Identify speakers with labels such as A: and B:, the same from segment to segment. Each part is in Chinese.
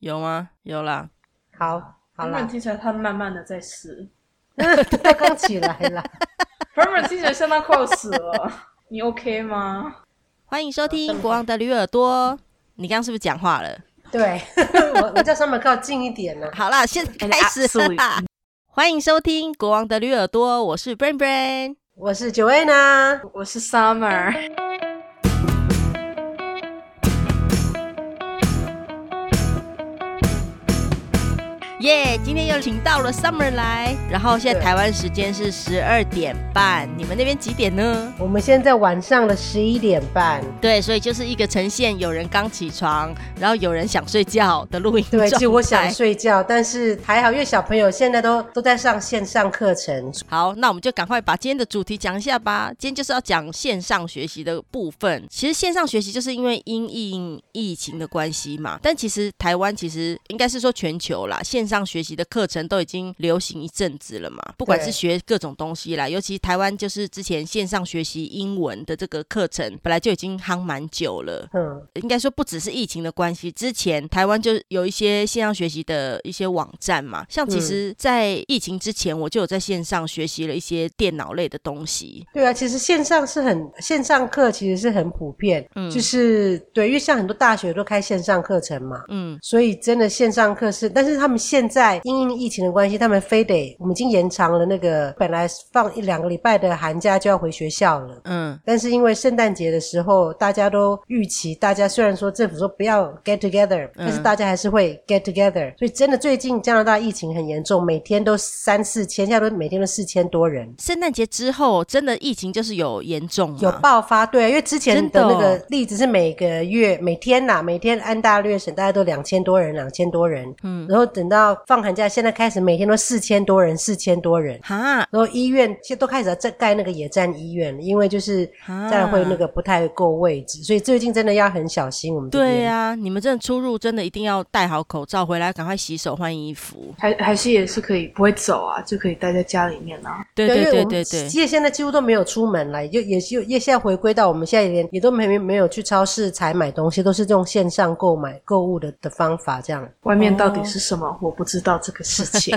A: 有吗？有啦，
B: 好，好
C: 原
B: 啦，
C: 本听起来他慢慢的在死，
B: 他刚起来了。
C: 原本听起来像他快要死 了，你 OK 吗？
A: 欢迎收听《国王的驴耳朵》。你刚刚是不是讲话了？
B: 对，我我叫 Summer 靠近一点呢、
A: 好啦，现在开始了啦。欢迎收听《国王的驴耳朵》，我是 Brain Brain。
B: 我是 Joanna，
C: 我是 Summer，
A: 耶、今天又请到了 Summer 来，然后现在
B: 对
A: 台湾时间是十二点半，你们那边几点呢？
B: 我们现在晚上的十一点半，
A: 对，所以就是一个呈现有人刚起床，然后有人想睡觉的录音
B: 对，
A: 状
B: 其实我想
A: 态
B: 睡觉，但是还好，因为小朋友现在都都在上线上课程，
A: 好，那我们就赶快把今天的主题讲一下吧。今天就是要讲线上学习的部分。其实线上学习就是因为因应疫情的关系嘛，但其实台湾其实应该是说全球啦，线上学习的课程都已经流行一阵子了嘛。不管是
B: 对
A: 学各种东西啦，尤其台湾就是之前线上学习英文的这个课程，本来就已经夯蛮久了。
B: 嗯，
A: 应该说不只是疫情的关系，之前台湾就有一些线上学习的一些网站嘛，像
B: 嗯
A: 其实，在疫情之前，我就有在线上学习了一些电脑类的东西。
B: 对啊，其实线上是很线上课，其实是很普遍，就是对，因为像很多大学都开线上课程嘛，
A: 嗯，
B: 所以真的线上课是，但是他们现在因应疫情的关系，他们非得我们已经延长了那个本来放一两个礼拜的寒假就要回学校了。
A: 嗯，
B: 但是因为圣诞节的时候，大家都预期，大家虽然说政府说不要 get together，、但是大家还是会 get together。所以真的最近加拿大疫情很严重，每天都三四千，现在都每天都四千多人。
A: 圣诞节之后，真的疫情就是有严重吗
B: 有爆发，对、因为之前
A: 真的
B: 的
A: 哦
B: 那个例子是每个月、每天呐、每天安大略省大概都两千多人，两千多人，嗯，然后等到放寒假，现在开始每天都四千多人，四千多人，
A: 哈，
B: 然后医院现在都开始在盖那个野战医院，因为就是
A: 啊
B: 再会那个不太够位置，所以最近真的要很小心我们这边。
A: 对啊，你们真的出入真的一定要戴好口罩，回来赶快洗手换衣服。
C: 还还是也是可以不会走啊，就可以待在家里面啊。
A: 对
B: 因
A: 对
B: 为
A: 对
B: 我们
A: 对对，
B: 其实现在几乎都没有出门了，也就也就也现在回归到我们现在连也都没没有去超市采买东西，都是这种线上购买购物的的方法这样。
C: 外面到底是什么？我不知道这个事情。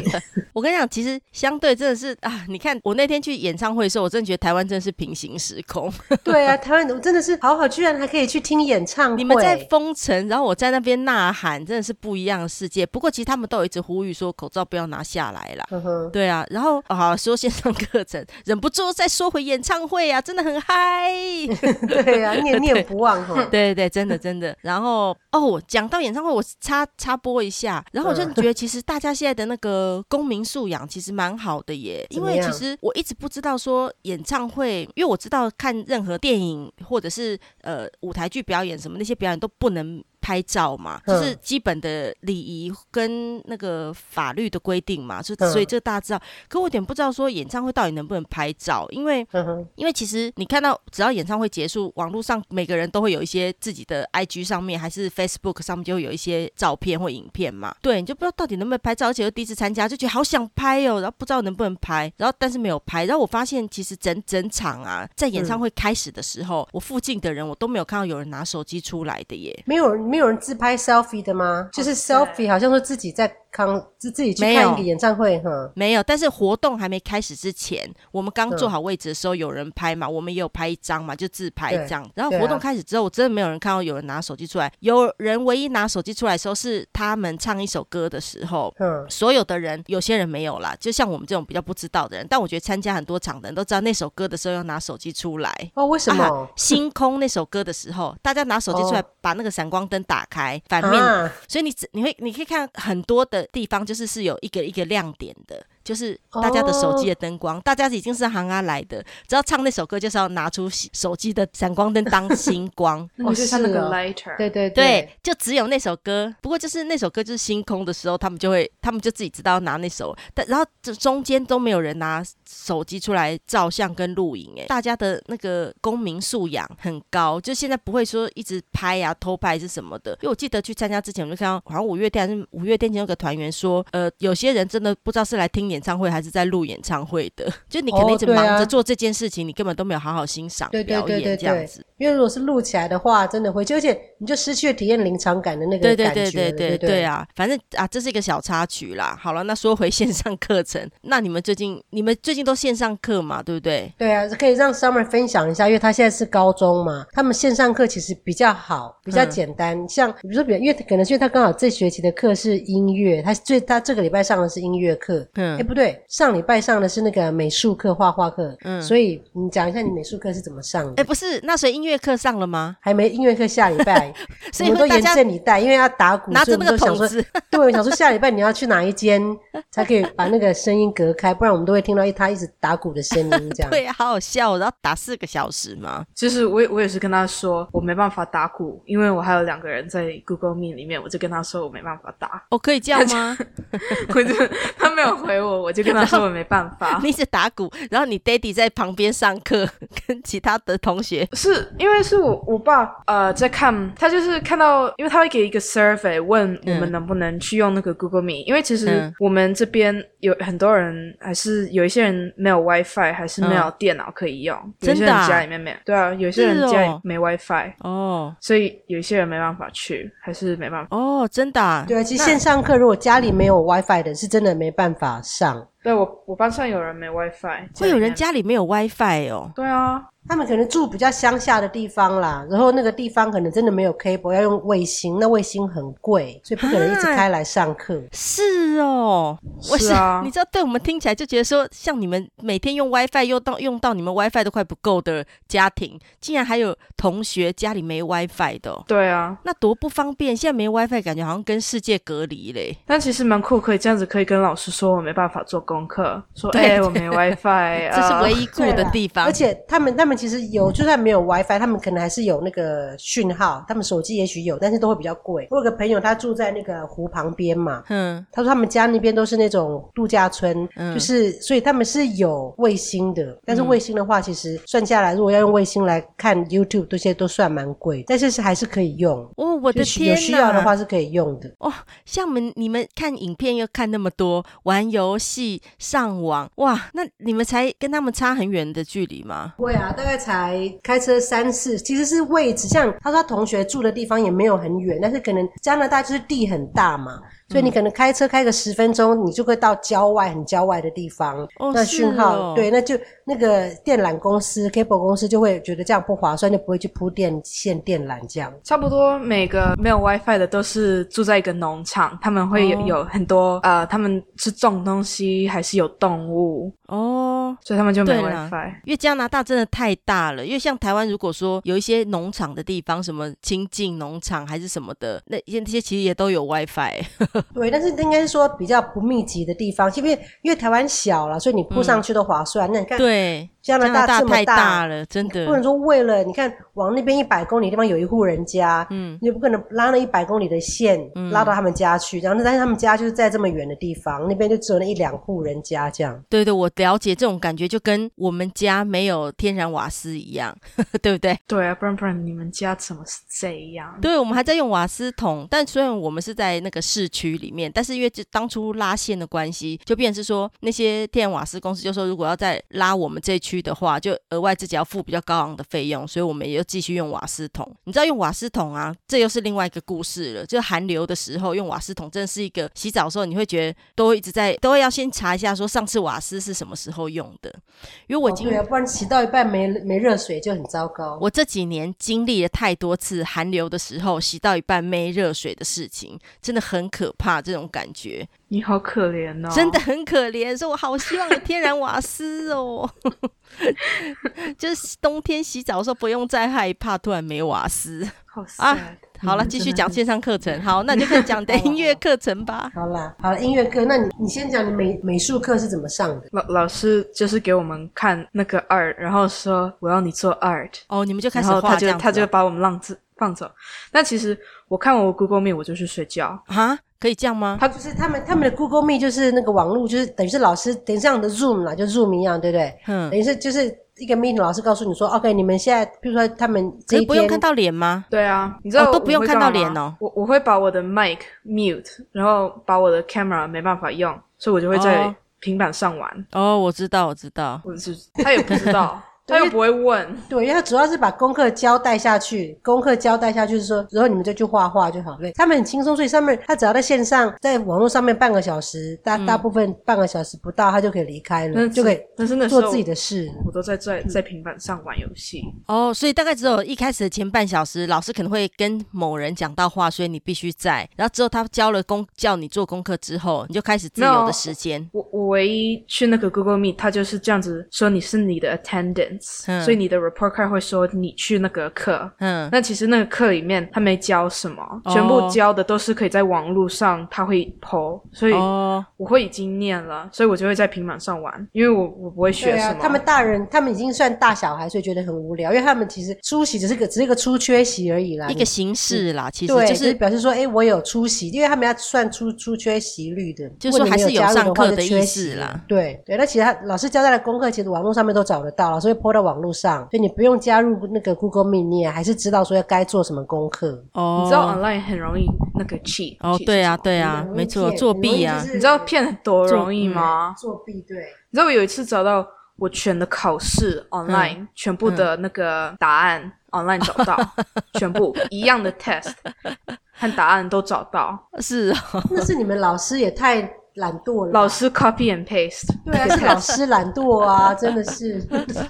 A: 我跟你讲，其实相对真的是啊，你看我那天去演唱会的时候，我真的觉得台湾真的是平行时空。
B: 对啊，台湾我真的是好好，居然还可以去听演唱会。
A: 你们在封城，然后我在那边呐喊，真的是不一样的世界。不过其实他们都有一直呼吁说口罩不要拿下来啦。
B: 嗯哼，
A: 对啊，然后啊、好说线上课程，忍不住再说回演唱会啊，真的很嗨。
B: 对啊，念念不忘 哈。
A: 对对对，真的真的。然后哦，讲到演唱会，我插插播一下，然后我就
B: 嗯
A: 觉得其实大家现在的那个公民素养其实蛮好的 耶，因
B: 怎么
A: 为其
B: 样
A: 实我一直不知道说演唱会，因为我知道看任何电影或者是呃舞台剧表演什么那些表演都不能。拍照嘛，就是
B: 嗯
A: 基本的礼仪跟那个法律的规定嘛，就
B: 嗯
A: 所以这个大家知道。可我有点不知道说演唱会到底能不能拍照，因为
B: 嗯哼，
A: 因为其实你看到，只要演唱会结束，网络上每个人都会有一些自己的 IG 上面还是 Facebook 上面就会有一些照片或影片嘛。对，你就不知道到底能不能拍照，而且又第一次参加，就觉得好想拍哦，然后不知道能不能拍，然后但是没有拍。然后我发现其实整整场啊，在演唱会开始的时候，我附近的人我都没有看到有人拿手机出来的耶。
B: 没有人没有人自拍 selfie 的吗？就是 selfie，好像说自己在康自自己去
A: 没有
B: 看一个演唱会哈。
A: 没有，但是活动还没开始之前，我们
B: 嗯
A: 刚坐好位置的时候，有人拍嘛，我们也有拍一张嘛，就自拍
B: 对
A: 这样。然后
B: 对
A: 活动
B: 啊
A: 开始之后，我真的没有人看到有人拿手机出来，有人唯一拿手机出来的时候是他们唱一首歌的时候。
B: 嗯，
A: 所有的人，有些人没有啦，就像我们这种比较不知道的人，但我觉得参加很多场的人都知道那首歌的时候要拿手机出来。
B: 哦，为什么？
A: 啊？星空那首歌的时候，大家拿手机出来
B: 哦，
A: 把那个闪光灯打开，反面
B: 啊，
A: 所以你只你会你可以看很多的地方，就是是有一个一个亮点的，就是大家的手机的灯光，大家已经是行啊来的，只要唱那首歌就是要拿出手机的闪光灯当星光
C: 。那你就像那
B: 是
C: 个
B: 哦
C: lighter，
B: 对对
A: 对，就只有那首歌。不过就是那首歌就是星空的时候，他们就会，他们就自己知道拿那首，但然后这中间都没有人拿手机出来照相跟录影，哎，大家的那个公民素养很高，就现在不会说一直拍呀、偷拍是什么的。因为我记得去参加之前，我就看到好像五月天还是五月天前有个团员说，呃，有些人真的不知道是来听演唱会还是在录演唱会的，就你
B: 哦
A: 肯定一直
B: 对啊
A: 忙着做这件事情，你根本都没有好好欣赏
B: 对对
A: 表
B: 对对
A: 演这样子。
B: 因为如果是录起来的话，真的会，就而且你就失去了体验临场感的那
A: 对
B: 个
A: 对
B: 感觉
A: 对
B: 了，
A: 对
B: 对
A: 对
B: 不
A: 对啊，反正啊，这是一个小插曲啦。好了，那说回 线上课程，那你们最近你们最近都线上课嘛，对不对？
B: 对啊，可以让 Summer 分享一下，因为他现在是高中嘛，他们线上课其实比较好，
A: 嗯
B: 比较简单。像比如说，比因为可能是因为他刚好这学期的课是音乐，他最他这个礼拜上的是音乐课，哎、
A: 嗯
B: 不对，上礼拜上的是那个美术课、画画课，
A: 嗯
B: 所以你讲一下你美术课是怎么上的？
A: 哎，不是，那所以音乐课上了吗？
B: 还没音乐课下礼拜，我
A: 所以
B: 们都
A: 会大
B: 严
A: 家
B: 阵以待，因为要打鼓，
A: 拿
B: 哦所以
A: 着
B: 我
A: 那
B: 们都
A: 个
B: 想
A: 筒
B: 说，
A: 子，
B: 对，我想说下礼拜你要去哪一间才可以把那个声音隔开，不然我们都会听到一他一直打鼓的声音这 样。
A: 对啊，好好笑哦，然后打四个小时嘛。
C: 其实我也我也是跟他说，我没办法打鼓，因为我还有两个人在 Google Meet 里面，我就跟他说我没办法打，
A: 哦，可以这样 吗？
C: 我就他没有回我，我就跟他说我没办法
A: 你。一直打鼓，然后你 daddy 在旁边上课，跟其他的同学
C: 是因为是我我爸呃在看，他就是看到，因为他会给一个 survey 问我们
A: 嗯
C: 能不能去用那个 Google Meet，、因为其实
A: 嗯
C: 我们这边有很多人还是有一些人没有 WiFi，还是没有电脑可以用，有一
A: 真
C: 些
A: 的
C: 人
A: 啊
C: 家里面没有，对啊，有一些
A: 是
C: 人
A: 哦
C: 家里没 WiFi，、
A: 哦
C: 所以有一些人没办法去，还是没办法。
A: 哦，真的、啊、
B: 对啊，其实线上课如果家里没有 WiFi 的，是真的没办法上。
C: 对我我班上有人没 WiFi，
A: 会有人家
C: 家里
A: 里没有 WiFi 哦。
C: 面对啊，
B: 他们可能住比较乡下的地方啦，然后那个地方可能真的没有 cable，要用卫星，那卫星很贵，所以不可能一直开来上课。
A: 是哦，我
C: 是啊
A: 你知道，对我们听起来就觉得说，像你们每天用 WiFi 用到用到你们 WiFi 都快不够的家庭，竟然还有同学家里没 WiFi 的哦、
C: 对啊，
A: 那多不方便！现在没 WiFi，感觉好像跟世界隔离嘞。
C: 但其实蛮酷，可以这样子，可以跟老师说我没办法做功课，说
A: 对
C: 哎、
A: 对
C: 我没 WiFi，
A: 这是
C: 啊
A: 唯一酷
B: 对
A: 的
B: 啦
A: 地方
B: 而。且他们他们其实有，就算没有 WiFi，他们可能还是有那个讯号，他们手机也许有，但是都会比较贵。我有个朋友，他住在那个湖旁边嘛。
A: 嗯，
B: 他说他们家那边都是那种度假村，
A: 嗯
B: 就是所以他们是有卫星的，但是卫星的话，其实算下来，如果要用卫星来看 YouTube，这些都算蛮贵，但是是还是可以用。
A: 哦，我的
B: 就是有
A: 天
B: 需要
A: 呐！
B: 的话是可以用的。
A: 哦，像我们你们看影片又看那么多，玩游戏、上网，哇，那你们才跟他们差很远的距离吗？
B: 对啊，大概才开车三四，其实是位置，像他说他同学住的地方也没有很远，但是可能加拿大就是地很大嘛，所以你可能开车开个十分钟，你就会到郊外很郊外的地方。
A: 哦
B: 那
A: 是
B: 讯号、
A: 哦
B: 对，那就那个电缆公司 cable 公司就会觉得这样不划算，就不会去铺电线电缆这样。
C: 差不多每个没有 WiFi 的都是住在一个农场，他们
A: 哦
C: 会有、有很多呃，他们是种东西还是有动物，
A: 哦。
C: 所以他们就没
A: 对啦
C: WiFi。
A: 因为加拿大真的太大了，因为像台湾，如果说有一些农场的地方，什么亲近农场还是什么的，那些那些其实也都有 WiFi。
B: 对，但是应该是说比较不密集的地方，因为因为台湾小了，所以你铺上去都划算。那你看
A: 对，
B: 加拿大这么
A: 太
B: 大
A: 大了，真
B: 不能
A: 的。
B: 说为了你看往那边一百公里地方有一户人家，
A: 嗯，
B: 你也不可能拉了一百公里的线、拉到他们家去，然后但是他们家就是在这么远的地方，那边就只有那一两户人家这样。
A: 对对，我了解这种感觉，就跟我们家没有天然瓦斯一样， 对不对？
C: 对啊，不然不然你们家怎么是这样？
A: 对，我们还在用瓦斯桶，但虽然我们是在那个市区里面，但是因为就当初拉线的关系，就变成是说那些电瓦斯公司就说，如果要再拉我们这区的话，就额外自己要付比较高昂的费用，所以我们也就继续用瓦斯桶。你知道用瓦斯桶啊，这又是另外一个故事了。就寒流的时候用瓦斯桶，真的是一个洗澡的时候你会觉得都会一直在都会要先查一下说上次瓦斯是什么时候用的，因为我已经
B: 对啊，不然洗到一半没没热水就很糟糕。
A: 我这几年经历了太多次寒流的时候洗到一半没热水的事情，真的很可怕，这种感觉、
C: 你好可怜哦，
A: 真的。很可怜。所以我好希望有天然瓦斯哦， 就是冬天洗澡的时候不用再害怕突然没瓦斯。
C: 好 sad
A: 啊好了，继续讲线上课程。好，那你就开始讲你的音乐课程吧。
B: 好啦，好了，音乐课，那你你先讲你美美术课是怎么上的？
C: 老老师就是给我们看那个 art，然后说我要你做 art，
A: 哦，你们就开
C: 然
A: 始
C: 后
A: 画
C: 他
A: 这
C: 就
A: 样子
C: 他
A: 哦
C: 就把我们浪子放走。但其实我看完我 Google Meet 我就去睡觉。
A: 啊，可以这样吗？
B: 他就是他们他们的 Google Meet 就是那个网络，就是等于是老师等于像你的 Zoom 啦，就 Zoom 一样，对不对？
A: 嗯
B: 等，于是就是一个 meeting，老师告诉你说，OK，你们哦现在，比如说他们这
A: 可
B: 一
A: 以不用
B: 天
A: 看到脸吗？
C: 对啊，你知道、
A: 哦都不用看到脸哦。
C: 我我会把我的 mic mute，然后把我的 camera 没办法用，所以我就会在
A: 哦
C: 平板上玩，
A: 哦，我知道，我知道，
C: 我是他也不知 道，他又不会问。
B: 对，因为他主要是把功课交代下去，功课交代下去是说，然后你们就去画画就好了。他们很轻松，所以上面他只要在线上，在网络上面半个小时，大、大部分半个小时不到，他就可以离开了，
C: 但
B: 就可以
C: 是但是那时
B: 做
C: 候
B: 自己的事。
C: 我都在在在平板上玩游戏，
A: 哦，所以大概只有一开始的前半小时，老师可能会跟某人讲到话，所以你必须在。然后之后他交了功，叫你做功课之后，你就开始自由的时间。
C: 我我唯一去那个 Google Meet，他就是这样子说你是你的 attendance，、
A: 嗯
C: 所以你的 report card 会说你去那个课。
A: 嗯，
C: 那其实那个课里面他没教什么，
A: 哦
C: 全部教的都是可以在网络上他会 po，所以
A: 哦，
C: 我会已经念了，所以我就会在平板上玩，因为我我不会学
B: 对
C: 什
B: 啊
C: 么。，
B: 他们大人，他们已经算大小孩，所以觉得很无聊，因为他们其实出席只是个只是个出缺席而已啦。
A: 一个形
C: 嗯
A: 式啦，其实
B: 对，
A: 就
B: 就是
A: 是
B: 表示说，哎、我有出席，因为他们要算出出缺席率的，
A: 就是说
B: 如果你
A: 还是
B: 没
A: 有
B: 加入
A: 上
B: 话
A: 课
B: 就
A: 的
B: 缺
A: 意
B: 席
A: 思啦。
B: 对对，那其实他老师交代的功课，其实网络上面都找得到，老师会泼到网络上，所以你不用加入那个 Google Meet，你也还是知道说要该做什么功课。
A: 哦，
C: 你知道 online 很容易那个 cheat，
A: 哦，
C: cheat
A: 对啊，
C: 是什么
A: 对啊，
B: 嗯
A: 没错，作弊啊，
C: 你知道骗多
B: 作
C: 容易
A: 嗯
C: 吗？
B: 作弊对。
C: 你知道我有一次找到我全的考试 online、全
A: 嗯
C: 部的那个答案 online 找 到，全部一样的 test 和答案都找到，
A: 是哦，
B: 那是你们老师也太懒惰了吧，
C: 老师 copy and paste，
B: 对啊，是老师懒惰啊，真的是。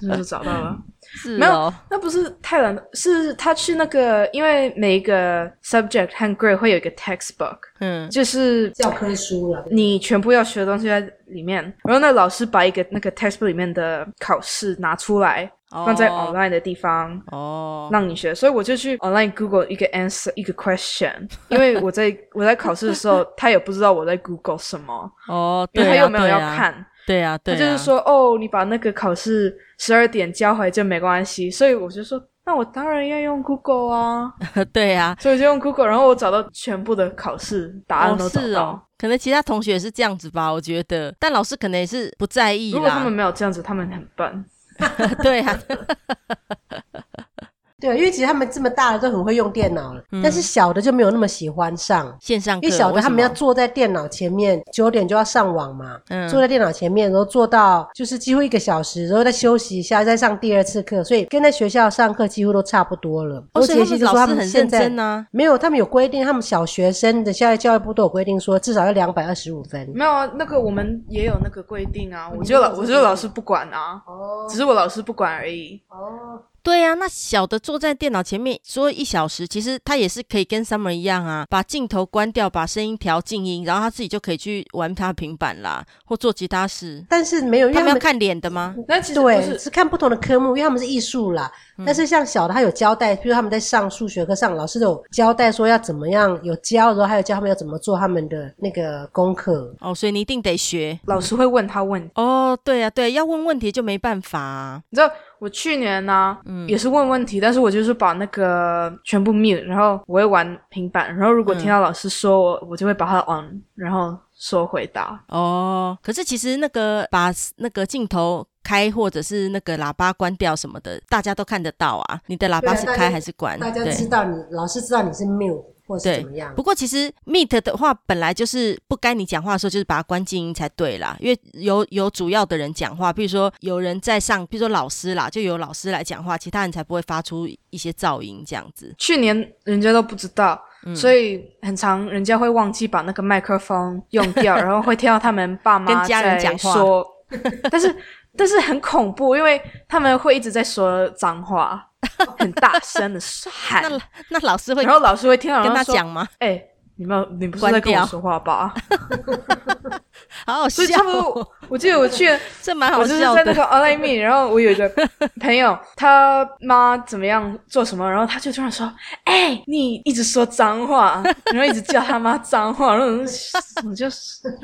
C: 那就找到了。
A: 是
C: 没有
A: 哦，，
C: 那不是太难，是他去那个，因为每一个 subject 和 grade 会有一个 textbook，
A: 嗯，
C: 就是
B: 教科书了，
C: 你全部要学的东西在里面，然后那老师把一个那个 textbook 里面的考试拿出来，
A: 哦
C: 放在 online 的地方，
A: 哦，
C: 让你学，所以我就去 online Google 一个 answer 一个 question，因为我在我在考试的时候，他也不知道我在 Google 什么，
A: 哦，
C: 因为
A: 对
C: 他
A: 啊，
C: 又没有
A: 对
C: 要
A: 啊，
C: 看，
A: 对啊，对啊，
C: 他就是说哦，你把那个考试十二点交回就没关系，所以我就说那我当然要用 Google 啊，
A: 说，对啊，
C: 所以我就用 Google，然后我找到全部的考试答案都
A: 哦，
C: 找
A: 是
C: 到。
A: 哦，可能其他同学也是这样子吧，我觉得，但老师可能也是不在意
C: 如果他们
A: 啦，
C: 没有这样子，他们很笨。
A: 对啊，
B: 对，因为其实他们这么大了都很会用电脑了，
A: 嗯
B: 但是小的就没有那么喜欢上，
A: 线上课
B: 因为小的他们
A: 为
B: 要
A: 什么
B: 坐在电脑前面，九点就要上网嘛，
A: 嗯
B: 坐在电脑前面，然后坐到就是几乎一个小时，然后再休息一下，再上第二次课，所以跟在学校上课几乎都差不多了。
A: 哦，
B: 我
A: 所以
B: 姐
A: 他
B: 姐
A: 们
B: 就说
A: 老
B: 他
A: 师
B: 们
A: 很
B: 现
A: 认
B: 在
A: 真啊，
B: 没有，他们有规定，他们小学生的现在教育部都有规定说至少要两百二十五分。
C: 没有啊，那个我们也有那个规定啊，我就老我就老师不管啊，
B: 哦
C: 只是我老师不管而已。
B: 哦，
A: 对啊，那小的坐在电脑前面说一小时，其实他也是可以跟 Summer 一样啊，把镜头关掉，把声音调静音，然后他自己就可以去玩他的平板啦，或做其他事。
B: 但是没有，因为
A: 他
B: 他
A: 们要
B: 们
A: 看脸的吗？
C: 那其实不
B: 对，
C: 是，
B: 是嗯看不同的科目，因为他们是艺术啦。但是像小的，他有交代，比如他们在上数学课上，老师都有交代说要怎么样，有教，然后还有教他们要怎么做他们的那个功课。
A: 哦，所以你一定得学。
C: 老师会问他问题。
A: 哦，对啊，对要问问题就没办法啊。
C: 你知道我去年呢、也是问问题，但是我就是把那个全部 mute，然后我会玩平板，然后如果听到老师说我，我就会把它 on，然后说回答。
A: 哦，可是其实那个把那个镜头开或者是那个喇叭关掉什么的，大家都看得到啊。你的喇叭
B: 对啊
A: 是
B: 大家
A: 开还是关？
B: 大家
A: 对
B: 知道你老师知道你是 mute 或是
A: 对
B: 怎么样，
A: 不过其实 Meet 的话，本来就是不该你讲话的时候，就是把它关静音才对啦。因为有有主要的人讲话，比如说有人在上，比如说老师啦，就有老师来讲话，其他人才不会发出一些噪音这样子。
C: 去年人家都不知道，
A: 嗯
C: 所以很常人家会忘记把那个麦克风 用掉，然后会听到他们爸妈
A: 跟家人
C: 在
A: 讲话
C: 说，但是但是很恐怖，因为他们会一直在说 脏话，很大声的喊，
A: 那那老师会
C: 然后老师会听到
A: 跟他
C: 然后说
A: 讲吗？
C: 哎、你没有，你不是
A: 关
C: 在跟
A: 掉
C: 我说话吧？
A: 好好
C: 所
A: 笑
C: 以差不
A: 哦、
C: 多，我记得我去，
A: 这蛮
C: 我
A: 好
C: 就是
A: 笑
C: 在那
A: 的。
C: 个 online me，然后我有一个朋友，他妈怎么样做什么，然后他就突然说：“哎、你一直说脏话，然后一直叫他妈脏话。”然后我就我就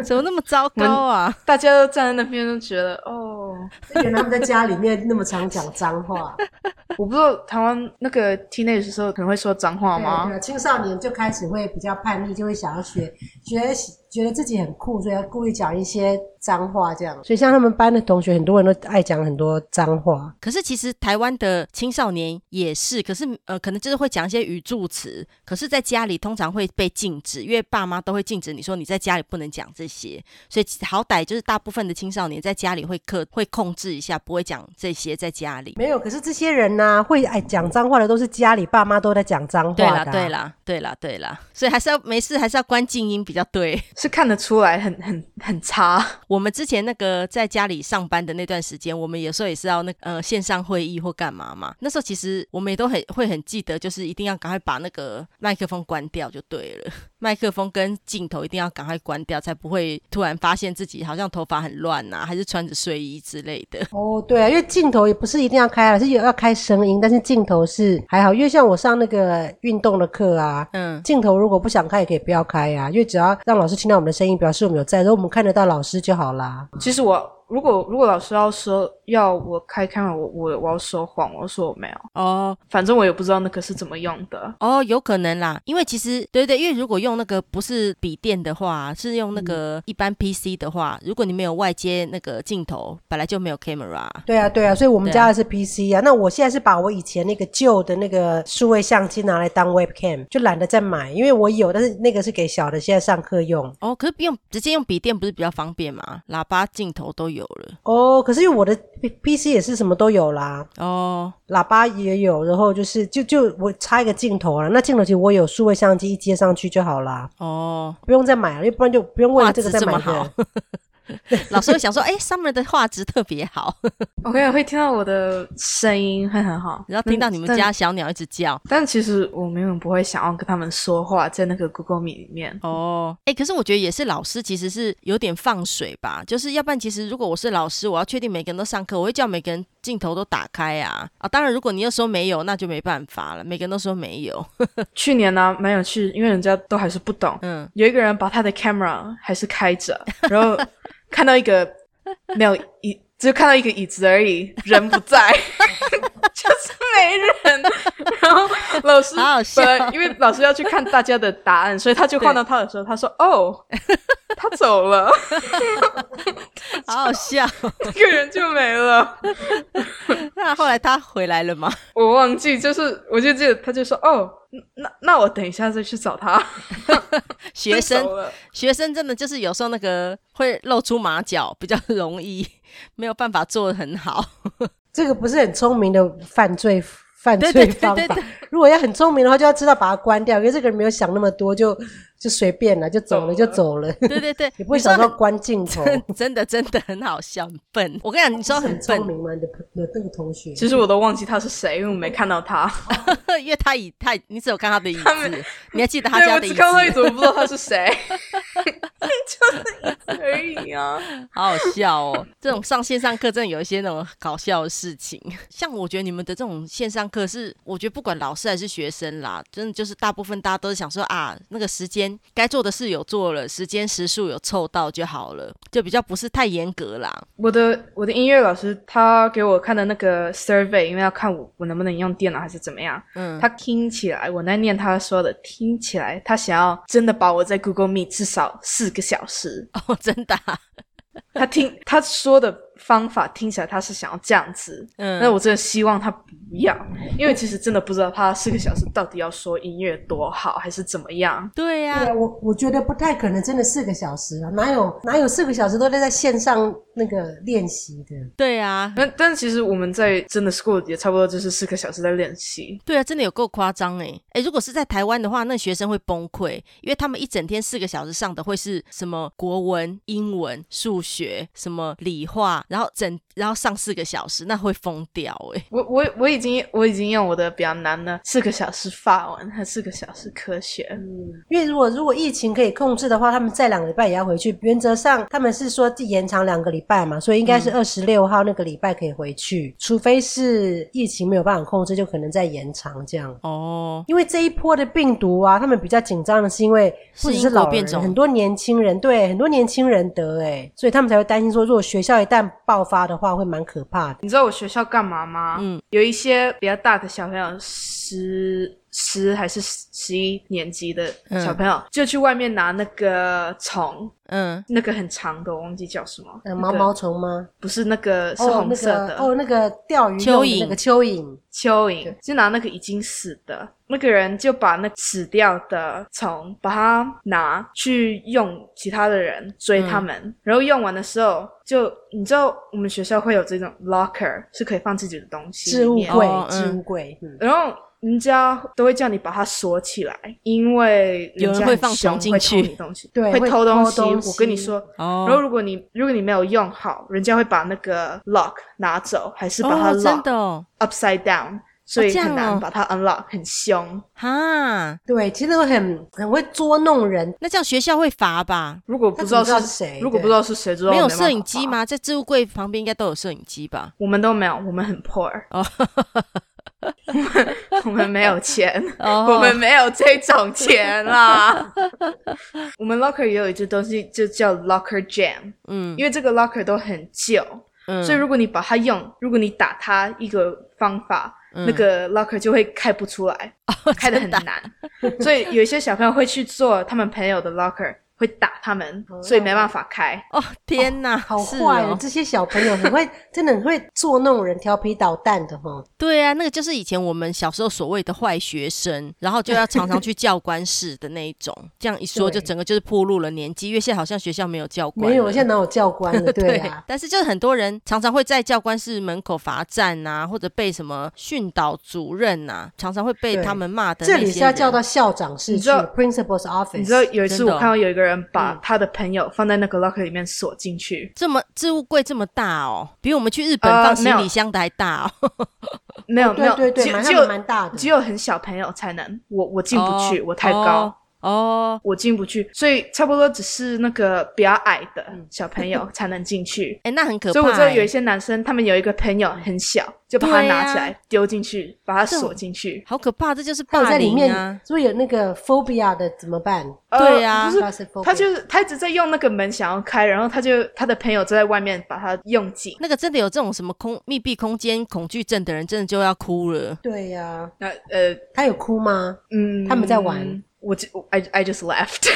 A: 怎么那么糟糕啊？
C: 大家都站在那边都觉得哦，哦，
B: 原来他们在家里面那么常讲脏话，
C: 我不知道台湾那个 teenage 的时候可能会说脏话
B: 对
C: 吗？
B: 对，青少年就开始会比较叛逆，就会想要学，觉得觉得自己很酷，所以要故意讲一些脏话这样。所以像他们班的同学，很多人都爱讲很多脏话。
A: 可是其实台湾的青少年也是，可是呃，可能就是会讲一些语助词，可是在家里通常会被禁止，因为爸妈都会禁止你说你在家里不能讲这些，所以其好歹就是大部分的青少年在家里会克会控制一下，不会讲这些在家里。
B: 没有，可是这些人呢、会爱讲脏话的，都是家里爸妈都在讲脏话
A: 对
B: 的啊、
A: 啦，对啦，对啦，对啦，所以还是要没事，还是要关静音比较对。
C: 是看得出来很很很差，
A: 我们之前那个在家里上班的那段时间，我们有时候也是要那个呃线上会议或干嘛嘛。那时候其实我们也都很会很记得，就是一定要赶快把那个麦克风关掉就对了， 麦克风跟镜头一定要赶快关掉，才不会突然发现自己好像头发很乱啊呐、还是穿着睡衣之类的。
B: 哦，对啊，因为镜头也不是一定要开啊，是有要开声音，但是镜头是还好，因为像我上那个运动的课啊，
A: 嗯，
B: 镜头如果不想开也可以不要开啊，因为只要让老师听到我们的声音，表示我们有在，然后哦我们看得到老师就好啦。
C: 其实我如果如果老师要说要我开 camera，我我我要说谎，我说我没有，
A: 哦，
C: 反正我也不知道那个是怎么用的。
A: 哦，有可能啦，因为其实对对，因为如果用那个不是笔电的话，是用那个一般 PC 的话，如果你没有外接那个镜头，本来就没有 camera。
B: 对啊，对啊，所以我们
A: 对啊
B: 家的是 PC 啊。那我现在是把我以前那个旧的那个数位相机拿来当 webcam，就懒得再买，因为我有，但是那个是给小的现在上课用。
A: 哦，可是不用直接用笔电不是比较方便嘛？喇叭镜头都有了。
B: 哦，可是因为我的 P PC 也是什么都有啦，
A: 哦，
B: 喇叭也有，然后就是就就我插一个镜头啊，那镜头其实我有数位相机一接上去就好啦，
A: 哦，
B: 不用再买了，要不然就不用为
A: 画
B: 了这
A: 质
B: 个再
A: 这
B: 买
A: 么
B: 一
A: 好
B: 个。，
A: 老师会想说，哎、s u m m e r 的画质特别好，
C: OK，会听到我的声音会很好，
A: 然后听到你们
C: 但
A: 家小鸟一直叫。
C: 但其实我明明不会想要跟他们说话，在那个 Google Meet 里面。
A: 哦，哎、可是我觉得也是老师其实是有点放水吧，就是要不然其实如果我是老师，我要确定每个人都上课，我会叫每个人镜头都打开啊啊！当然，如果你又说没有，那就没办法了，每个人都说没有，
C: 去年呢、没有去，因为人家都还是不懂。
A: 嗯，
C: 有一个人把他的 camera 还是开着， 然后看到一个没有椅，只看到一个椅子而已，人不在， 就是没人。然后老师
A: 好好笑
C: 本来因为老师要去看大家的答案，所以他就换到他的时候，他说：“哦，他走了，
A: 好好笑。
C: 这个人就没了。”
A: 那后来他回来了吗？
C: 我忘记，就是我就记得他就说：“哦，那那我等一下再去找他。”
A: 学生
C: 就走了
A: 学生真的就是有时候那个会露出马脚，比较容易， 没有办法做得很好。
B: 这个不是很聪明的 犯罪犯
A: 对
B: 罪
A: 对对
B: 方
A: 对
B: 法
A: 对。
B: 如果要很聪明的话，就要知道把它关掉，因为这个人没有想那么多，就就随便了，就走了
C: 走
B: 就
C: 了
B: 走了，
A: 对对对，
B: 也不会
A: 你说
B: 想到
A: 很
B: 关镜头。
A: 哦 真的真的很好笑，很笨。我跟你讲，你说很
B: 很聪
A: 笨，
B: 明吗？你的朋你的那个同学？
C: 其实我都忘记他是谁，因为我没看到他。
A: 因为他以他以你只有看他的椅
C: 他们
A: 子，你还记得他
C: 对，
A: 家
C: 我
A: 的
C: 只
A: 椅
C: 看到一
A: 子，
C: 组，我不知道他是谁， 就是一组而已啊。
A: 好好笑哦。这种上线上课真的有一些那种搞笑的事情，像我觉得你们的这种线上课是，我觉得不管老师还是学生啦，真的就是大部分大家都是想说啊，那个时间该做的事有做了，时间时数有凑到就好了，就比较不是太严格啦。
C: 我的我的音乐老师他给我看的那个 survey，因为要看我我能不能用电脑还是怎么样。
A: 嗯，
C: 他听起来，我在念他说的，听起来他想要真的把我在 Google Meet 至少四个小时。
A: 哦，真的啊、
C: 他听他说的方法听起来他是想要这样子，
A: 嗯，
C: 那我真的希望他不要，因为其实真的不知道他四个小时到底要说音乐多好还是怎么样。
A: 对呀、
B: 对啊，我我觉得不太可能，真的四个小时啊，哪有哪有四个小时都在在线上那个练习的？
A: 对啊，
C: 那但其实我们在真的 school 也差不多就是四个小时在练习，
A: 对啊，真的有够夸张哎哎！如果是在台湾的话，那学生会崩溃，因为他们一整天四个小时上的会是什么国文、英文、数学、什么理化，然后整然后上四个小时，那会疯掉哎！
C: 我我我已经我已经用我的比较难的四个小时法文和四个小时科学，
B: 因为如果如果疫情可以控制的话，他们再两个礼拜也要回去。原则上他们是说延长两个礼拜嘛，所以应该是二十六号那个礼拜可以回去，除非是疫情没有办法控制，就可能再延长这样。
A: 哦，
B: 因为这一波的病毒啊，他们比较紧张的是因为不只
A: 是
B: 是
A: 英国
B: 老
A: 变
B: 人，
A: 种
B: 很多年轻人对很多年轻人得哎、所以他们才会担心说，如果学校一旦爆发的话，会蛮可怕的。
C: 你知道我学校干嘛吗？
A: 嗯，
C: 有一些比较大的小朋友，十十还是十一年级的小朋友，
B: 嗯
C: 就去外面拿那个虫，
A: 嗯，
C: 那个很长的，我忘记叫什么。
B: 呃，
C: 那个
B: 毛毛虫吗？
C: 不是那个是
B: 哦，
C: 红
B: 那
C: 色的、
B: 个哦，那个钓鱼用的
A: 蚯蚓
B: 那个蚯蚓，
C: 蚯蚓，就拿那个已经死的那个人，就把那死掉的虫，把它拿去用其他的人追他们，
B: 嗯
C: 然后用完的时候，就你知道我们学校会有这种 locker 是可以放自己的东西
B: 置
C: 里
B: 物
C: 面，
B: 柜
A: 哦，
B: 置
A: 嗯
B: 物柜，嗯，
C: 然后。人家都会叫你把它锁起来，因为
A: 有人
C: 家
A: 会
C: 很
A: 放
C: 凶
A: 虫进
C: 会偷
A: 去
C: 你东西，
B: 对
C: 会
B: 会
C: 偷东
B: 偷
C: 西。
B: 东
C: 我跟你
B: 西
C: 说，然后
A: 哦，
C: 如果你如果你没有用好，人家会把那个 lock 拿走，还是把它
A: 哦，真
C: lock
A: 的哦，
C: upside down，所以
A: 这样
C: 很难
A: 哦
C: 把它 unlock，很凶。
A: 哈，
B: 对，其实会很很会捉弄人，
A: 那这样学校会罚吧？
C: 如果不知道
B: 他怎么
C: 是
B: 知道是谁
C: 如果
B: 对
C: 不知道是谁，知道
A: 没有
C: 办法
A: 摄影机
C: 吧？
A: 吗？在置物柜旁边应该都有摄影机吧？
C: 我们都没有，我们很 poor，
A: 哦，
C: 我们没有钱，
A: 哦
C: 我们没有这种 钱啦。我们 locker 也有一只东西，就叫 locker jam，
A: 嗯
C: 因为这个 locker 都很旧，
A: 嗯，
C: 所以如果你把它用，如果你打它一个方法，
A: 嗯哦
C: 那个 locker 就会开不出来， 开的很难。所以有一些小朋友会去做他们朋友的 locker，会打他们，所以没办法开。
A: 哦天哪，
B: 好
A: 是
B: 坏
A: 哦
B: 哦！这些小朋友很会，真的很会捉弄人、调皮捣蛋的哈。
A: 对啊，那个就是以前我们小时候所谓的坏学生，然后就要常常去教官室的那一种。这样一说，就
B: 对
A: 整个就是暴露了年纪，因为现在好像学校没有教官了，
B: 没有，现在哪有教官 了？对啊，
A: 但是就是很多人常常会在教官室门口罚站啊，或者被什么训导主任啊，常常会被
B: 对
A: 他们骂的那些
B: 这
A: 人。
B: 里是要叫到校长室
C: 你
B: 去
C: 知道
B: ，principal's
C: 你知道
B: office。
C: 有一次
A: 真的哦嗯
C: 我看到有一个人把他的朋友放在那个 locker 里面锁进去，
A: 这么置物柜这么大哦，比我们去日本
C: 呃
A: 放
C: 没
A: 行
C: 有
A: 李箱的还大哦。
C: 没有没
B: 对
C: 有，
B: 对
C: 只
B: 对，
C: 有
B: 蛮
C: 只
B: 他们蛮
C: 有
B: 大
C: 只
B: 的。
C: 有很小朋友才能，我我进不去，
A: 哦
C: 我太高。
A: 哦
C: 我进不去，所以差不多只是那个比较矮的小朋友才能进去。
A: 哎、那很嗯 可怕、
C: 所以我知道有一
A: 哎
C: 些男生，他们有一个朋友很小，就把它
A: 对啊
C: 拿起来丢进去，把它
A: 这
C: 锁进去。
A: 好可怕，这就是
B: 还
A: 霸凌啊！
B: 有在里面，如果有那个 phobia 的怎么办？
C: 呃
A: 对啊
C: 不是
B: Claustrophobic
C: 他就是他一直在用那个门想要开，然后他就他的朋友就在外面把他用紧。
A: 那个真的有这种什么空密闭空间恐惧症的人，真的就要哭了。
B: 对呀，
C: 那呃
B: 他有哭吗？
C: 嗯，
B: 他们在玩。
C: 我就我 I I just left，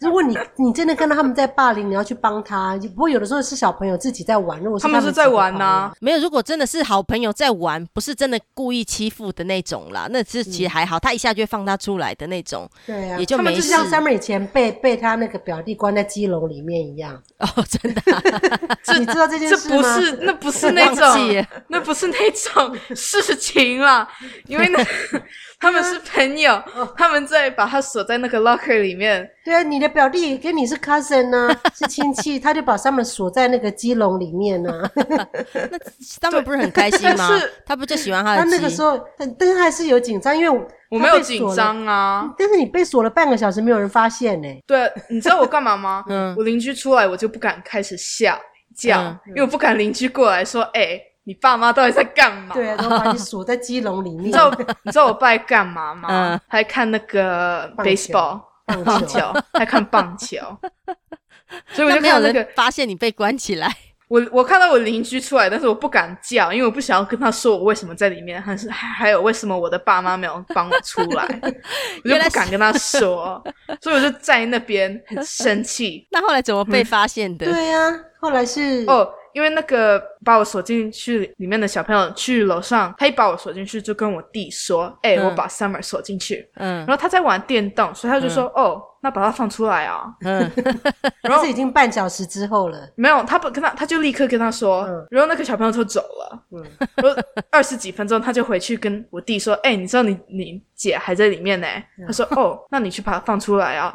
B: 如果你你真的看到他们在霸凌，你要去帮他。不过有的时候是小朋友自己在玩，如果是
C: 他们是
B: 自己
C: 在玩
B: 霸
C: 啊
B: 凌
C: 呐、
A: 没有，如果真的是好朋友在玩，不是真的故意欺负的那种啦，那是其实还好，他一下就会放他出来的那种，
B: 对啊，
A: 也就
B: 他们
A: 没
B: 就
A: 事。
B: 像 Summer 以前被被他那个表弟关在鸡笼里面一样。
A: 哦，真 的
B: 你知道这件
C: 这
B: 事吗？
C: 不是那不是那
A: 忘记
C: 种
A: 了
C: 那不是那种事情啦，因为那 他们是朋友，
B: 哦
C: 他们在把他锁在那个 locker 里面，
B: 对啊，你的表弟跟你是 cousin 呢、 是亲戚，他就把他们锁在那个鸡笼里面啊呢、
A: 他们不是很开心吗
C: 但是？
A: 他不就喜欢他
B: 他
A: 的鸡？
B: 那个时候，但但是他还是有紧张，因为我
C: 我没有紧，张啊
B: 他被锁了。但是你被锁了半个小时，没有人发现呢、
C: 对，你知道我干嘛吗？
A: 嗯
C: 我邻居出来，我就不敢开始笑叫，
A: 嗯
C: 因为我不敢邻居过来说：“哎、你爸妈到底在干嘛？”
B: 对啊，都把你锁在鸡笼里
C: 你
B: 面
C: 知，道你知道我 爸在干嘛吗？
A: 嗯
C: 他在看那个
B: 棒球
C: baseball
B: 棒 球
C: 球，他在看棒球，所以我
A: 那没
C: 就看
A: 有
C: 到那
A: 人
C: 个
A: 发现你被关起来，
C: 我我看到我邻居出来，但是我不敢叫，因为我不想要跟他说我为什么在里面，还是还还有为什么我的爸妈没有帮我出 来，我就
A: 原来
C: 不
A: 是
C: 敢跟他说，所以我就在那边很生气。
A: 那后来怎么被发现的？
B: 对啊，后来是
C: 哦，因为那个把我锁进去里面的小朋友去楼上，他一把我锁进去就跟我弟说：“哎、
A: 嗯
C: 我把 Summer 锁进去。”
A: 嗯
C: 然后他在玩电动，所以他就说：“哦，那把他放出来啊。
A: 嗯，
B: 但是已经半小时之后了”。
C: 没有，他不跟他，他就立刻跟他说，
B: 嗯
C: 然后那个小朋友就走了。嗯，然后二十几分钟，他就回去跟我弟说：“哎、你知道你你姐还在里面呢、他说：“哦，那你去把她放出来啊。”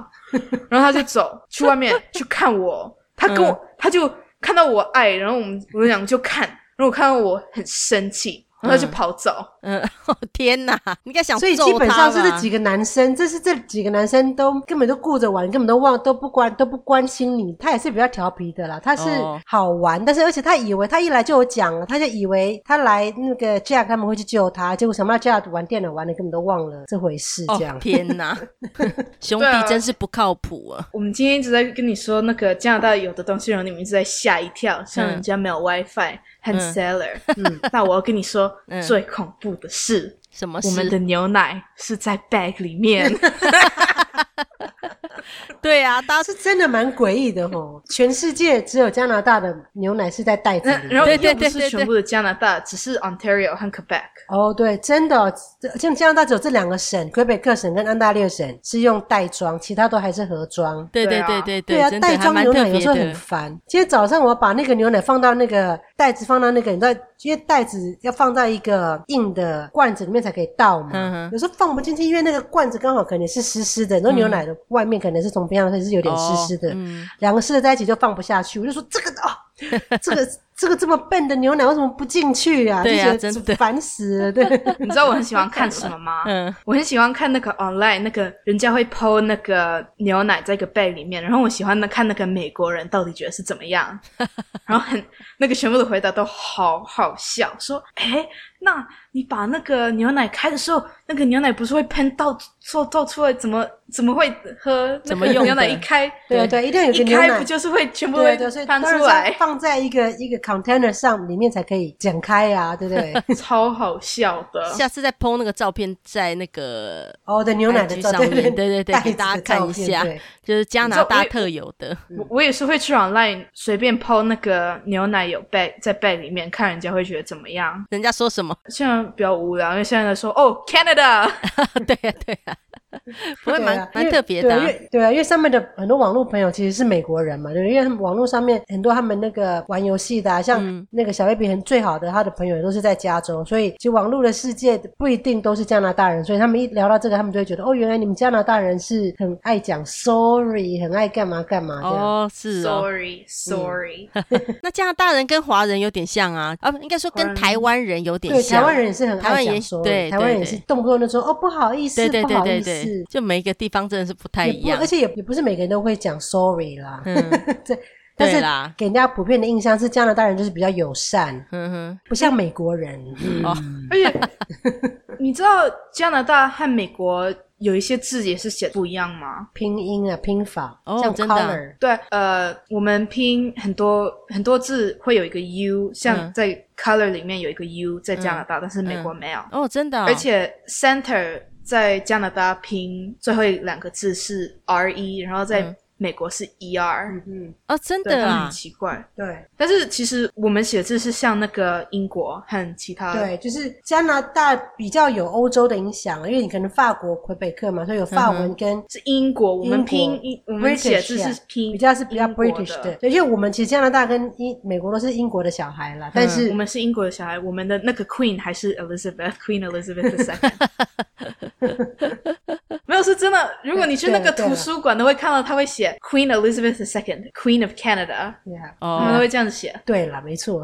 C: 然后他就走去外面去看我，他跟我、他就看到我爱，然后我们我们俩就看，然后我看到我很生气，然后他就
A: 嗯
C: 跑走。
A: 嗯， 天哪，你应该想
B: 所以
A: 揍
B: 基本上
A: 他
B: 是这
A: 吧
B: 几个男生，这是这几个男生都根本都顾着玩，根本都忘都不关都不关心你。他也是比较调皮的啦，他是
A: 哦
B: 好玩，但是而且他以为他一来就有讲了，他就以为他来那个 Jack 他们会去救他，结果想不到 Jack 玩电脑玩的根本都忘了这回事，这样、
A: 哦，天 哪，兄
C: 对啊
A: 弟真是不靠谱啊！
C: 我们今天一直在跟你说那个加拿大有的东西，然后你们一直在吓一跳，像人家没有 WiFi 和 seller。嗯，那我要跟你说
A: 嗯，
C: 最恐怖的是，
A: 什么
C: 我们
A: 事？
C: 的牛奶是在 bag 里面。
A: 对啊，大家
B: 是真的蛮诡异的吼。全世界只有加拿大的牛奶是在袋子
C: 那
B: 里面。
C: 然 后
A: 对对
C: 又不
A: 对对
C: 是全部的加拿大，只是 Ontario 和 Quebec。
B: 哦，对，真的哦，这像加拿大只有这两个省，魁北克省跟安大略省是用袋装，其他都还是盒装。
A: 对
C: 对
A: 对
C: 啊
A: 对对
B: 对啊，
A: 真
B: 袋
A: 的还
B: 装
A: 蛮
B: 牛
A: 特
B: 奶有
A: 别
B: 时候很
A: 的。
B: 烦。今天早上我把那个牛奶放到那个袋子，放到那个，你知道，因为袋子要放在一个硬的罐子里面才可以倒嘛。
A: 嗯哼
B: 有时候放不进去，因为那个罐子刚好可能是湿湿的，然后牛奶的外面可能是从边上它是有点湿湿的，
A: 嗯哦嗯
B: 两个湿的在一起就放不下去。我就说这个哦，这个这个这么笨的牛奶为什么不进去啊？
A: 对啊
B: 就觉得
A: 真的
B: 烦死了。对，
C: 你知道我很喜欢看什么吗？
A: 嗯，
C: 我很喜欢看那个 online，那个人家会 PO 那个牛奶在一个 bag 里面，然后我喜欢那看那个美国人到底觉得是怎 么样，然后很那个全部的回答都好好笑，说诶，那你把那个牛奶开的时候，那个牛奶不是会喷到到到出来，怎么怎么会喝？
A: 怎么用的
C: 牛奶一开，
B: 对啊对啊，一定要有个
C: 一
B: 牛
C: 开
B: 奶
C: 不。就是会全部
B: 对
C: 会
B: 对，所以
C: 翻
B: 当
C: 出
B: 然是要
C: 来，
B: 放在一个一个 container 上，里面才可以剪开呀、啊，对 不对？
C: 超 好笑的。
A: 下次再 PO 那个照片在那个，
B: 哦，对，牛奶的
A: IG
B: 照
A: 上
B: 片，
A: 面对对对
B: 袋
A: 给
B: 子
A: 大家
B: 的
A: 看
B: 照
A: 一
B: 片
A: 下
B: 对
A: 就是加
C: 你
A: 拿
C: 知道我
A: 大
C: 也
A: 特有的。
C: 我我也是会去 online 随便 PO 那个牛奶有 bag 在 bag 里面，看人家会觉得怎么样。
A: 人家说什么？
C: 现在比较无聊，因为现在在说哦 Canada，
A: 对啊对啊，不会
B: 对
A: 蛮
B: 啊因
A: 蛮
B: 为
A: 特别的
B: 对啊
A: 啊
B: 因。为对啊，因为上面的很多网络朋友其实是美国人嘛，对不对，因为他们网络上面很多他们那个玩游戏的、啊，
A: 嗯
B: 像那个小 baby 很最好的，他的朋友也都是在加州，所以就网络的世界不一定都是加拿啊大人，所以他们一聊到这个，他们就会觉得哦，原来你们加拿大人是很爱讲 sorry，很爱干嘛干嘛这样。
A: 哦，是哦。
C: Sorry Sorry，
A: 那加拿大人跟华人有点像啊，啊，不应该说跟
C: 华人
A: 台湾人有点
B: 对，
A: 像。
B: 台湾人也是很
A: 台
B: 爱
A: 湾也
B: 讲 sorry，
A: 对
B: 台湾人
A: 对
B: 也
A: 对
B: 是动不动就说哦不好意思
A: 对，对
B: 不
A: 对
B: 好
A: 对
B: 意
A: 对
B: 思，，
A: 就每一个地方真的是不太
B: 也
A: 一
B: 不，
A: 样
B: 而。且也也不是每个人都会讲 sorry 啦。
A: 嗯，
B: 对，但是
A: 对啦
B: 给人家普遍的印象是加拿大人就是比较友善，
A: 嗯
B: 不像美国人。
A: 哼，哦，
C: 而且你知道加拿大和美国有一些字也是写得不一样吗？
B: 拼音啊，拼法，
A: 哦
B: 像
A: 真的啊
B: color，
C: 对，呃，我们拼很多很多字会有一个 U，像
A: 嗯
C: 在 color 里面有一个 U，在加拿大，但是美国没有。
A: 哦，真的哦，
C: 而且 center 在加拿大拼最后两个字是 R E，然后在
A: 嗯
C: 美国是 E R，、
B: 嗯，
A: 哦，真
C: 对，
A: 的
C: 他们
A: 啊
C: 很，奇怪。
B: 对
C: 但是其实我们写字是像那个英国和其他
B: 对，就是加拿大比较有欧洲的影响，因为你可能法国魁北克嘛，所以有法
A: 嗯
B: 文跟
C: 是英国，我们
B: 英
C: 拼
B: 国
C: 英，我们写字
B: British 啊
C: 是拼
B: 比较是比较
C: 英国
B: British 的，。对，因为我们其实加拿大跟英美国都是英国的小孩啦，但是
C: 我们是英国的小孩，我们的那个 Queen 还是 Elizabeth Queen Elizabeth II，没 有是真的。如果你去那个
B: 对对
C: 图书馆，都会看到他会写 Queen Elizabeth II，Queen of Canada，
B: Yeah，
C: 他们都
A: 哦
C: 会，这样写。
B: 对啦，没错，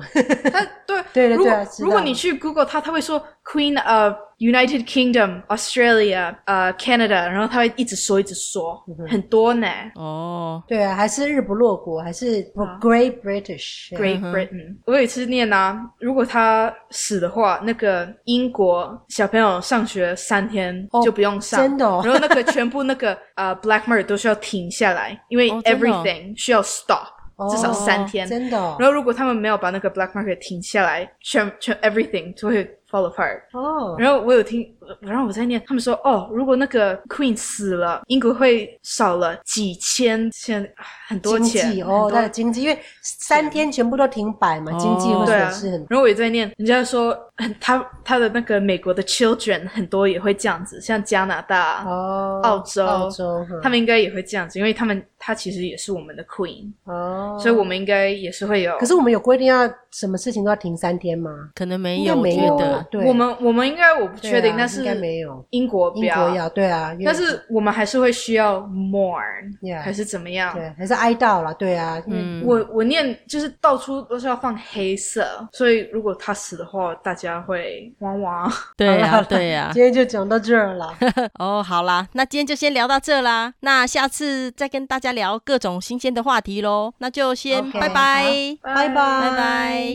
C: 他对
B: 对对
C: 如果
B: 对啊知道
C: 如果你去 Google 他，他会说 Queen of United Kingdom, Australia, 呃、Canada，然后他会一直说一直说，
B: 嗯
C: 很多呢。
A: 哦，
B: 对啊，还是日不落国，还是 Great British yeah。嗯
C: 啊 Great Britain，、我有一次念啊，如果他死的话，那个英国小朋友上学三天
B: 哦
C: 就不用上，
B: 真的哦
C: 然后那个全部那个呃 Black Mirror 都需要停下来，因为
A: 哦真的哦
C: everything 需要 stop，、
B: 哦
C: 至少三天。
B: 真的哦
C: 然后如果他们没有把那个 Black Market 停下来，全全 everything 就会 fall apart。
B: 哦，
C: 然后我有听，然后我在念，他们说哦，如果那个 Queen 死了，英国会少了几千千很多
B: 经
C: 钱
B: 济哦，
C: 很
B: 那
C: 多
B: 经济，因为三天全部都停摆嘛，
A: 哦
B: 经济会
C: 对啊
B: 损失很，多。
C: 然后我也在念，人家说很他他的那个美国的 children 很多也会这样子，像加拿大、
B: 哦，
C: 澳洲
B: 澳洲，
C: 他
B: 们
C: 们应该也会这样子，因为他们他其实也是我们的 queen，、
B: 哦，
C: 所以我们应该也是会有。
B: 可是我们有规定要什么事情都要停三天吗？
A: 可能没
B: 应该
A: 有，我
B: 没
A: 觉
B: 有啊
A: 得
B: 吧，对，
C: 我们我们应该我不
B: 对
C: 确定，
B: 啊
C: 但是
B: 应该没有
C: 英国
B: 英
C: 标，
B: 国要对啊，
C: 但是我们还是会需要 mourn
B: Yeah
C: 还是怎么样？
B: 对还是哀悼啦，对啊，嗯，
A: 嗯，
C: 我我念就是到处都是要放黑色，所以如果他死的话，大家会汪汪。
A: 对呀、对啊呀、
B: 今天就讲到这儿了，
A: 哦，好啦，那今天就先聊到这啦，那下次再跟大家聊各种新鲜的话题喽，那就先
B: OK，
A: 拜拜，
B: 拜拜
A: 拜拜。